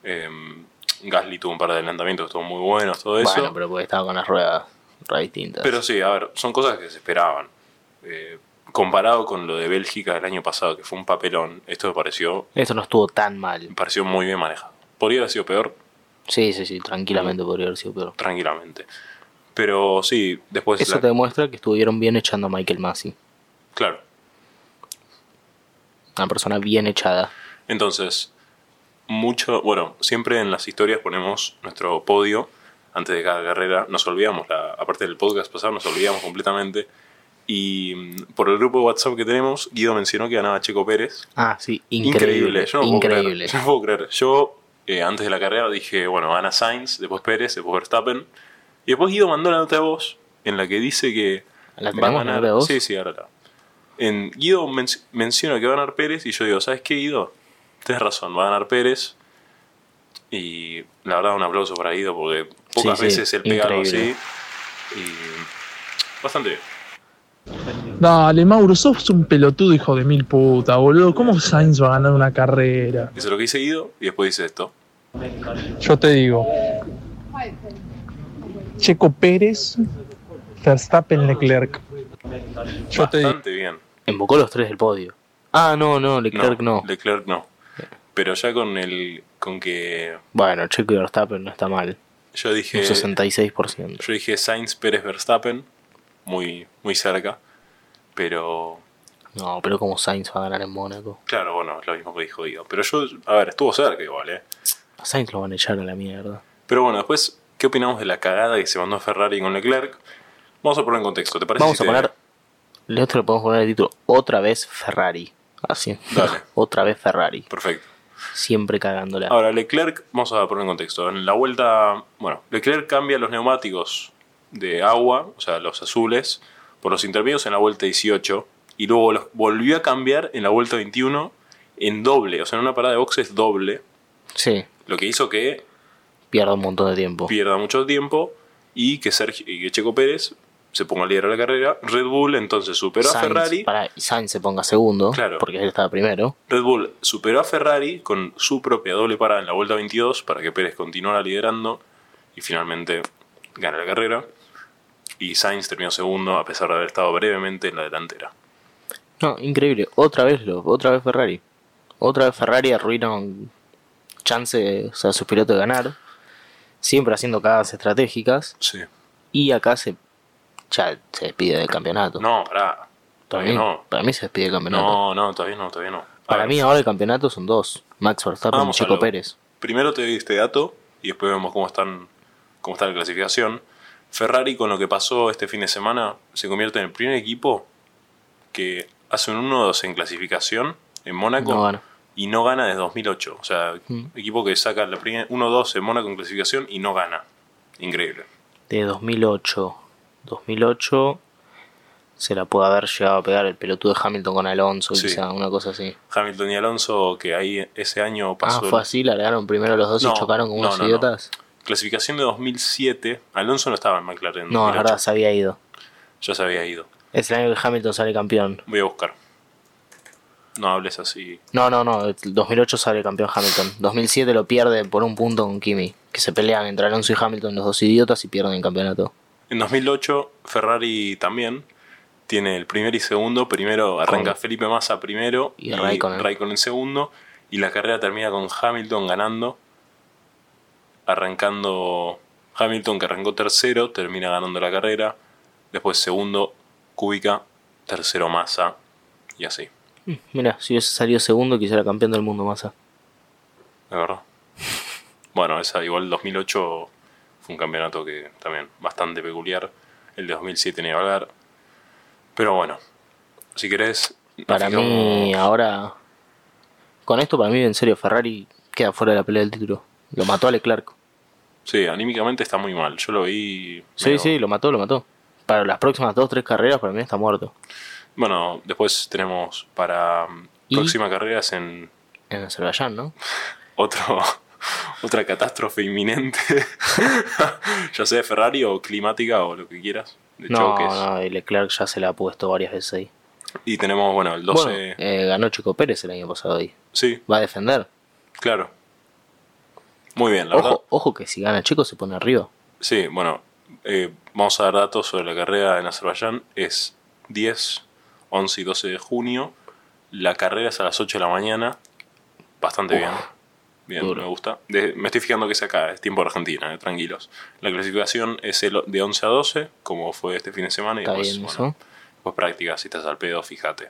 Speaker 2: Em, Gasly tuvo un par de adelantamientos, estuvo muy buenos, todo eso.
Speaker 1: Bueno, pero porque estaba con las ruedas re distintas.
Speaker 2: Pero sí, a ver, son cosas que se esperaban. Eh, comparado con lo de Bélgica del año pasado, que fue un papelón, esto me pareció
Speaker 1: Esto no estuvo tan mal.
Speaker 2: me pareció muy bien manejado. Podría haber sido peor,
Speaker 1: Sí, sí, sí,
Speaker 2: Mm.
Speaker 1: tranquilamente podría haber sido peor.
Speaker 2: tranquilamente. Pero sí, después.
Speaker 1: Eso
Speaker 2: Pues la-
Speaker 1: te demuestra que estuvieron bien echando a Michael Massey.
Speaker 2: Claro.
Speaker 1: Una persona bien echada.
Speaker 2: Entonces, mucho. Bueno, siempre en las historias ponemos nuestro podio antes de cada carrera. Nos olvidamos, la, aparte del podcast pasado, nos olvidamos completamente. Y mm, por el grupo de WhatsApp que tenemos, Guido mencionó que ganaba Checo Pérez.
Speaker 1: Ah, sí,
Speaker 2: Increíble,
Speaker 1: increíble.
Speaker 2: yo no puedo creer,
Speaker 1: increíble.
Speaker 2: yo no puedo creer. Yo, eh, antes de la carrera dije, bueno, gana Sainz, después Pérez, después Verstappen. Y después Guido mandó la nota de voz en la que dice que
Speaker 1: ¿La tenemos, la nota de voz?
Speaker 2: Sí, sí, ahora la- En Guido men- menciona que va a ganar Pérez y yo digo, ¿sabes qué, Guido? Tienes razón, va a ganar Pérez. Y la verdad, un aplauso para Guido porque pocas
Speaker 1: sí,
Speaker 2: veces él pega algo
Speaker 1: increíble.
Speaker 2: así. Y bastante bien.
Speaker 6: Dale, Mauro, sos un pelotudo hijo de mil puta, boludo. ¿Cómo Sainz va a ganar una carrera?
Speaker 2: Dice lo que dice Guido y después dice esto.
Speaker 6: Yo te digo. Checo Pérez, Verstappen Leclerc. Yo te digo.
Speaker 2: Bastante bien.
Speaker 1: Invocó los tres del podio. Ah, no, no, Leclerc no.
Speaker 2: Leclerc no. Pero ya con el con que
Speaker 1: Bueno, Checo y Verstappen no está mal.
Speaker 2: yo dije
Speaker 1: Un 66%.
Speaker 2: yo dije Sainz Pérez Verstappen muy muy cerca, pero
Speaker 1: No, pero como Sainz va a ganar en Mónaco.
Speaker 2: claro, bueno, es lo mismo que dijo Guido, pero yo a ver, estuvo cerca igual, eh.
Speaker 1: A Sainz lo van a echar a la mierda.
Speaker 2: Pero bueno, después ¿qué opinamos de la cagada que se mandó Ferrari con Leclerc? Vamos a poner en contexto, ¿te parece?
Speaker 1: Vamos
Speaker 2: si
Speaker 1: a
Speaker 2: te-
Speaker 1: poner. Le otro le podemos poner el título Otra vez Ferrari. Así.
Speaker 2: Dale.
Speaker 1: Otra vez Ferrari.
Speaker 2: Perfecto.
Speaker 1: siempre cagándola.
Speaker 2: Ahora, Leclerc, vamos a poner en contexto. En la vuelta, bueno, Leclerc cambia los neumáticos de agua, o sea, los azules, por los intermedios en la vuelta 18 y luego los volvió a cambiar en la vuelta 21 en doble, o sea, en una parada de boxes doble,
Speaker 1: sí,
Speaker 2: lo que hizo que
Speaker 1: pierdo un montón de tiempo.
Speaker 2: pierda mucho tiempo y que, Sergio, y que Checo Pérez se ponga líder a la carrera. Red Bull entonces superó a
Speaker 1: Sainz,
Speaker 2: Ferrari.
Speaker 1: pará, y Sainz se ponga segundo,
Speaker 2: Claro.
Speaker 1: porque él estaba primero.
Speaker 2: Red Bull superó a Ferrari con su propia doble parada en la vuelta 22 para que Pérez continuara liderando y finalmente gana la carrera. Y Sainz terminó segundo a pesar de haber estado brevemente en la delantera.
Speaker 1: No, increíble. Otra vez lo, otra vez Ferrari. Otra vez Ferrari arruinan chances a sus pilotos de ganar. Siempre haciendo cagadas estratégicas.
Speaker 2: Sí.
Speaker 1: Y acá se, ya se despide del campeonato.
Speaker 2: No, pará.
Speaker 1: para,
Speaker 2: Todavía
Speaker 1: mí,
Speaker 2: no.
Speaker 1: para mí se despide del campeonato.
Speaker 2: No, no, todavía no, todavía no. A
Speaker 1: para
Speaker 2: ver,
Speaker 1: mí ahora el campeonato son dos. Max Verstappen y
Speaker 2: Vamos a
Speaker 1: Checo
Speaker 2: lo-
Speaker 1: Pérez.
Speaker 2: Primero te doy este dato y después vemos cómo, están, cómo está la clasificación. Ferrari, con lo que pasó este fin de semana, se convierte en el primer equipo que hace un 1-2 en clasificación en Mónaco
Speaker 1: No gana. Mm.
Speaker 2: y no gana desde 2008. O sea, equipo que saca la primera 1-2 en Mónaco en clasificación y no gana. Increíble.
Speaker 1: De 2008. 2008 se la puede haber llegado a pegar el pelotudo de Hamilton con Alonso,
Speaker 2: Sí.
Speaker 1: quizá, una cosa así.
Speaker 2: Hamilton y Alonso, que ahí ese año pasó.
Speaker 1: Ah, fue así, largaron primero los dos
Speaker 2: No,
Speaker 1: y chocaron como
Speaker 2: no,
Speaker 1: unos
Speaker 2: no, no.
Speaker 1: idiotas.
Speaker 2: Clasificación de 2007. Alonso no estaba en McLaren. en
Speaker 1: No, es
Speaker 2: 2008.
Speaker 1: verdad, se había ido.
Speaker 2: Ya se había ido.
Speaker 1: Es el año que Hamilton sale campeón.
Speaker 2: Voy a buscar. No hables así.
Speaker 1: No, no, no. el 2008 sale campeón Hamilton. 2007 lo pierde por un punto con Kimi. Que se pelean entre Alonso y Hamilton, los dos idiotas, y pierden el campeonato.
Speaker 2: En 2008, Ferrari también tiene el primer y segundo. Primero arranca
Speaker 1: Con-
Speaker 2: Felipe Massa primero
Speaker 1: y Raikkonen.
Speaker 2: en segundo. Y la carrera termina con Hamilton ganando. Arrancando Hamilton, que arrancó tercero, termina ganando la carrera. Después segundo, Kubica. Tercero, Massa. Y así.
Speaker 1: Mira, si hubiese salido segundo, quisiera campeón del mundo, Massa.
Speaker 2: La verdad. Bueno, esa igual 2008 fue un campeonato que también bastante peculiar. El de 2007 ni hablar. Pero bueno, si querés... nos
Speaker 1: Para
Speaker 2: fijamos-
Speaker 1: mí, ahora. Con esto, para mí, en serio, Ferrari queda fuera de la pelea del título. Lo mató a Leclerc.
Speaker 2: Sí, anímicamente está muy mal. Yo lo vi...
Speaker 1: Sí,
Speaker 2: medio-
Speaker 1: sí, lo mató, lo mató. Para las próximas dos, tres carreras, para mí está muerto.
Speaker 2: Bueno, después tenemos para mm,
Speaker 1: Y-
Speaker 2: próxima carreras en
Speaker 1: En Azerbaiyán, ¿no?
Speaker 2: otro... Otra catástrofe inminente. ya sea de Ferrari o climática o lo que quieras. De
Speaker 1: No,
Speaker 2: choques.
Speaker 1: no, y Leclerc ya se la ha puesto varias veces ahí.
Speaker 2: Y tenemos, bueno, el 12.
Speaker 1: Bueno, eh, ganó Chico Pérez el año pasado ahí.
Speaker 2: Sí,
Speaker 1: Va a defender.
Speaker 2: claro. Muy bien, la verdad.
Speaker 1: Ojo, ojo que si gana Chico se pone arriba.
Speaker 2: Sí, bueno, eh, vamos a dar datos sobre la carrera en Azerbaiyán. Es 10, 11 y 12 de junio. La carrera es a las 8 de la mañana. Bastante bien. Bien,
Speaker 1: duro.
Speaker 2: me gusta. De- me estoy fijando que es acá, es tiempo de Argentina, eh, tranquilos. La clasificación es el, de 11 a 12, como fue este fin de semana. Y
Speaker 1: Está
Speaker 2: después,
Speaker 1: bien
Speaker 2: bueno,
Speaker 1: eso.
Speaker 2: después prácticas, si estás al pedo, fíjate.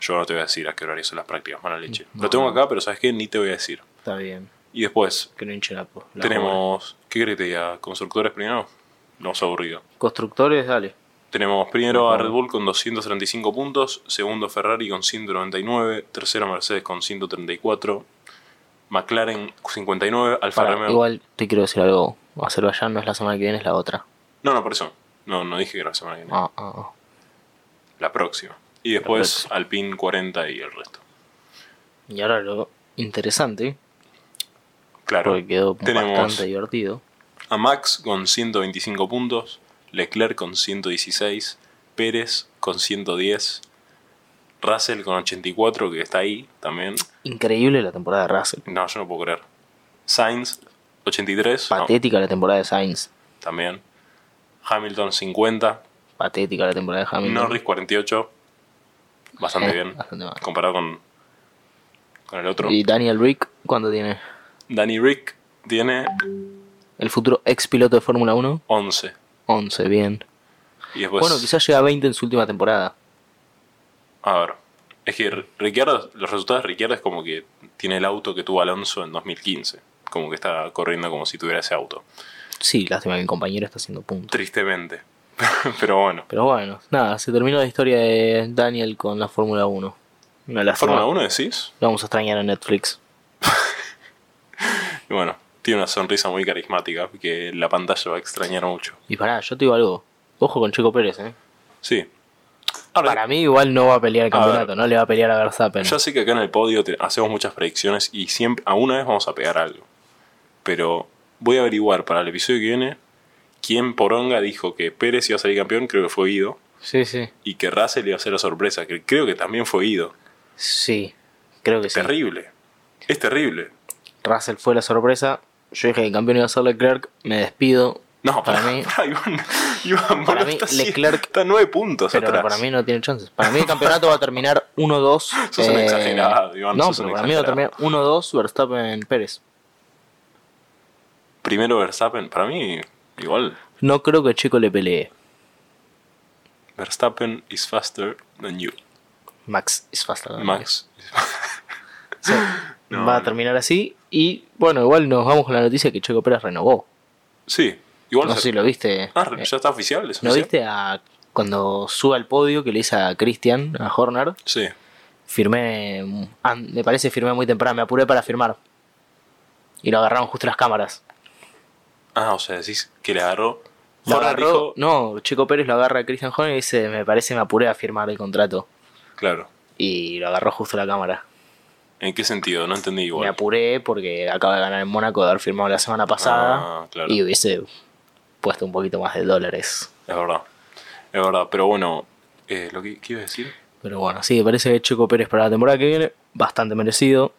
Speaker 2: Yo no te voy a decir a qué horario son las prácticas, mala leche.
Speaker 1: Mm,
Speaker 2: Lo tengo acá, pero ¿sabes qué? Ni te voy a decir.
Speaker 1: Está bien.
Speaker 2: Y después
Speaker 1: Que no hinche la, po- la bola.
Speaker 2: tenemos... ¿Qué crees que te diga? ¿Constructores primero? No os aburrido.
Speaker 1: Constructores, dale.
Speaker 2: Tenemos primero a Red Bull con 235 puntos, segundo Ferrari con 199, tercero Mercedes con 134, McLaren 59, Alfa
Speaker 1: Pará,
Speaker 2: Romeo.
Speaker 1: igual te quiero decir algo. Azerbaiyán no es la semana que viene, es la otra.
Speaker 2: No, no, por eso. No, no dije que era la semana que viene.
Speaker 1: Ah, ah, ah.
Speaker 2: La próxima. Y después
Speaker 1: Perfecto.
Speaker 2: Alpine 40 y el resto.
Speaker 1: Y ahora lo interesante,
Speaker 2: Claro.
Speaker 1: porque quedó
Speaker 2: Tenemos
Speaker 1: bastante divertido.
Speaker 2: a Max con 125 puntos, Leclerc con 116, Pérez con 110, Russell con 84, que está ahí también.
Speaker 1: Increíble la temporada de Russell.
Speaker 2: No, yo no puedo creer. Sainz 83. no.
Speaker 1: Patética la temporada de Sainz.
Speaker 2: también. Hamilton 50,
Speaker 1: Patética la temporada de Hamilton.
Speaker 2: Norris 48, bastante
Speaker 1: Eh,
Speaker 2: bien,
Speaker 1: bastante mal.
Speaker 2: comparado con, con el otro.
Speaker 1: Y Daniel Rick, ¿cuánto tiene?
Speaker 2: Danny Rick tiene
Speaker 1: El futuro ex piloto de Fórmula 1,
Speaker 2: 11.
Speaker 1: 11, bien.
Speaker 2: Y después,
Speaker 1: Bueno, quizás llega a 20 en su última temporada.
Speaker 2: a ver, es que R- Ricciardo, los resultados de Ricciardo es como que tiene el auto que tuvo Alonso en 2015, como que está corriendo como si tuviera ese auto,
Speaker 1: Sí, lástima que mi compañero está haciendo puntos.
Speaker 2: tristemente. Pero bueno,
Speaker 1: Pero bueno, nada, se terminó la historia de Daniel con la Fórmula 1. Una lástima.
Speaker 2: ¿Fórmula 1 decís?
Speaker 1: Lo vamos a extrañar en Netflix.
Speaker 2: Y bueno, tiene una sonrisa muy carismática que la pantalla va a extrañar mucho.
Speaker 1: Y pará, yo te digo algo. Ojo con Chico Pérez, ¿eh?
Speaker 2: Sí. Ahora,
Speaker 1: Para mí igual no va a pelear el
Speaker 2: A ver.
Speaker 1: campeonato, no le va a pelear a Verstappen.
Speaker 2: Yo sé que acá en el podio te- hacemos muchas predicciones y siempre a una vez vamos a pegar algo. Pero voy a averiguar para el episodio que viene quién poronga dijo que Pérez iba a salir campeón, creo que fue Guido,
Speaker 1: Sí, sí.
Speaker 2: y que Russell iba a ser la sorpresa, que creo que también fue Guido.
Speaker 1: Sí, creo que sí.
Speaker 2: Terrible. Es terrible.
Speaker 1: Russell fue la sorpresa. Yo dije que el campeón iba a ser Leclerc. Me despido.
Speaker 2: No,
Speaker 1: para
Speaker 2: pará,
Speaker 1: mí.
Speaker 2: pará, Iván, Iván,
Speaker 1: para
Speaker 2: boludo,
Speaker 1: mí
Speaker 2: está, cien-
Speaker 1: Leclerc-
Speaker 2: está nueve puntos
Speaker 1: Pero
Speaker 2: atrás.
Speaker 1: para mí no tiene chances. Para mí el campeonato va a terminar 1-2.
Speaker 2: Sos un exagerado, Iván,
Speaker 1: No,
Speaker 2: sos
Speaker 1: pero
Speaker 2: un
Speaker 1: para mí va a terminar
Speaker 2: exagerado.
Speaker 1: 1-2 Verstappen Pérez.
Speaker 2: Primero Verstappen, para mí igual.
Speaker 1: No creo que Chico le pelee.
Speaker 2: Verstappen is faster than you.
Speaker 1: Max es faster. than
Speaker 2: Max.
Speaker 1: Sí.
Speaker 2: No,
Speaker 1: va a
Speaker 2: no.
Speaker 1: terminar así. Y bueno, igual nos vamos con la noticia que Checo Pérez renovó.
Speaker 2: Sí, igual.
Speaker 1: No
Speaker 2: se-
Speaker 1: sé si lo viste.
Speaker 2: Ah,
Speaker 1: Eh,
Speaker 2: ya está oficial. ¿es
Speaker 1: ¿No
Speaker 2: oficial?
Speaker 1: viste a cuando sube al podio que le hice a Christian, a Horner?
Speaker 2: Sí.
Speaker 1: Firmé, mm, an- me parece firmé muy temprano, me apuré para firmar. Y lo agarraron justo las cámaras.
Speaker 2: Ah, o sea, decís que le agarró.
Speaker 1: Lo
Speaker 2: Horner
Speaker 1: agarró-
Speaker 2: dijo-
Speaker 1: No, Checo Pérez lo agarra a Christian Horner y dice, me parece me apuré a firmar el contrato.
Speaker 2: Claro.
Speaker 1: Y lo agarró justo la cámara.
Speaker 2: ¿En qué sentido? No entendí
Speaker 1: Me
Speaker 2: igual.
Speaker 1: apuré porque acaba de ganar en Mónaco de haber firmado la semana pasada.
Speaker 2: Ah, claro.
Speaker 1: Y hubiese puesto un poquito más de dólares.
Speaker 2: Es verdad. Es verdad. Pero bueno, eh, lo que, ¿qué iba a decir?
Speaker 1: Pero bueno, sí, parece que Checo Pérez para la temporada que viene, bastante merecido.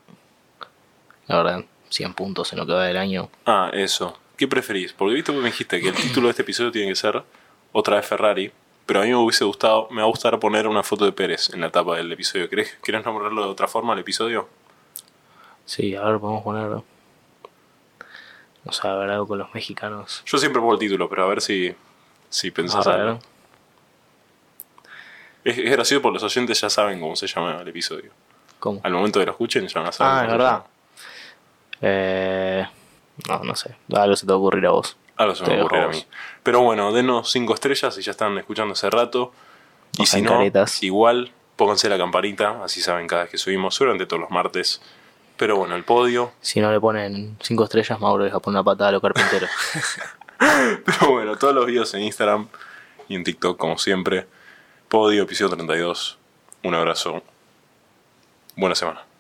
Speaker 1: La verdad, 100 puntos en lo que va del año.
Speaker 2: Ah, eso. ¿Qué preferís? Porque viste que me dijiste que el título de este episodio tiene que ser otra vez Ferrari. Pero a mí me hubiese gustado, me va a gustar poner una foto de Pérez en la tapa del episodio. ¿Querés, querés nombrarlo de otra forma al episodio?
Speaker 1: Sí, a ver, podemos poner. No sé, a ver algo con los mexicanos.
Speaker 2: Yo siempre pongo el título, pero a ver si, si pensás
Speaker 1: A ver.
Speaker 2: algo. Es, es gracioso porque los oyentes ya saben cómo se llama el episodio.
Speaker 1: ¿Cómo?
Speaker 2: Al momento que lo escuchen ya van a saber.
Speaker 1: Ah, es
Speaker 2: cómo se
Speaker 1: verdad.
Speaker 2: llama.
Speaker 1: Eh, no, no sé. Algo se te va a ocurrir a vos.
Speaker 2: Ahora se
Speaker 1: Te
Speaker 2: me ocurre
Speaker 1: dejo
Speaker 2: a
Speaker 1: vos.
Speaker 2: mí. Pero bueno, denos 5 estrellas si ya están escuchando hace rato. Y
Speaker 1: No
Speaker 2: si
Speaker 1: sean
Speaker 2: no,
Speaker 1: caretas.
Speaker 2: igual pónganse la campanita, así saben cada vez que subimos, seguramente todos los martes. Pero bueno, el podio.
Speaker 1: Si no le ponen 5 estrellas, Mauro les va a poner una patada a los carpinteros.
Speaker 2: Pero bueno, todos los videos en Instagram y en TikTok, como siempre. Podio, episodio 32. Un abrazo. Buena semana.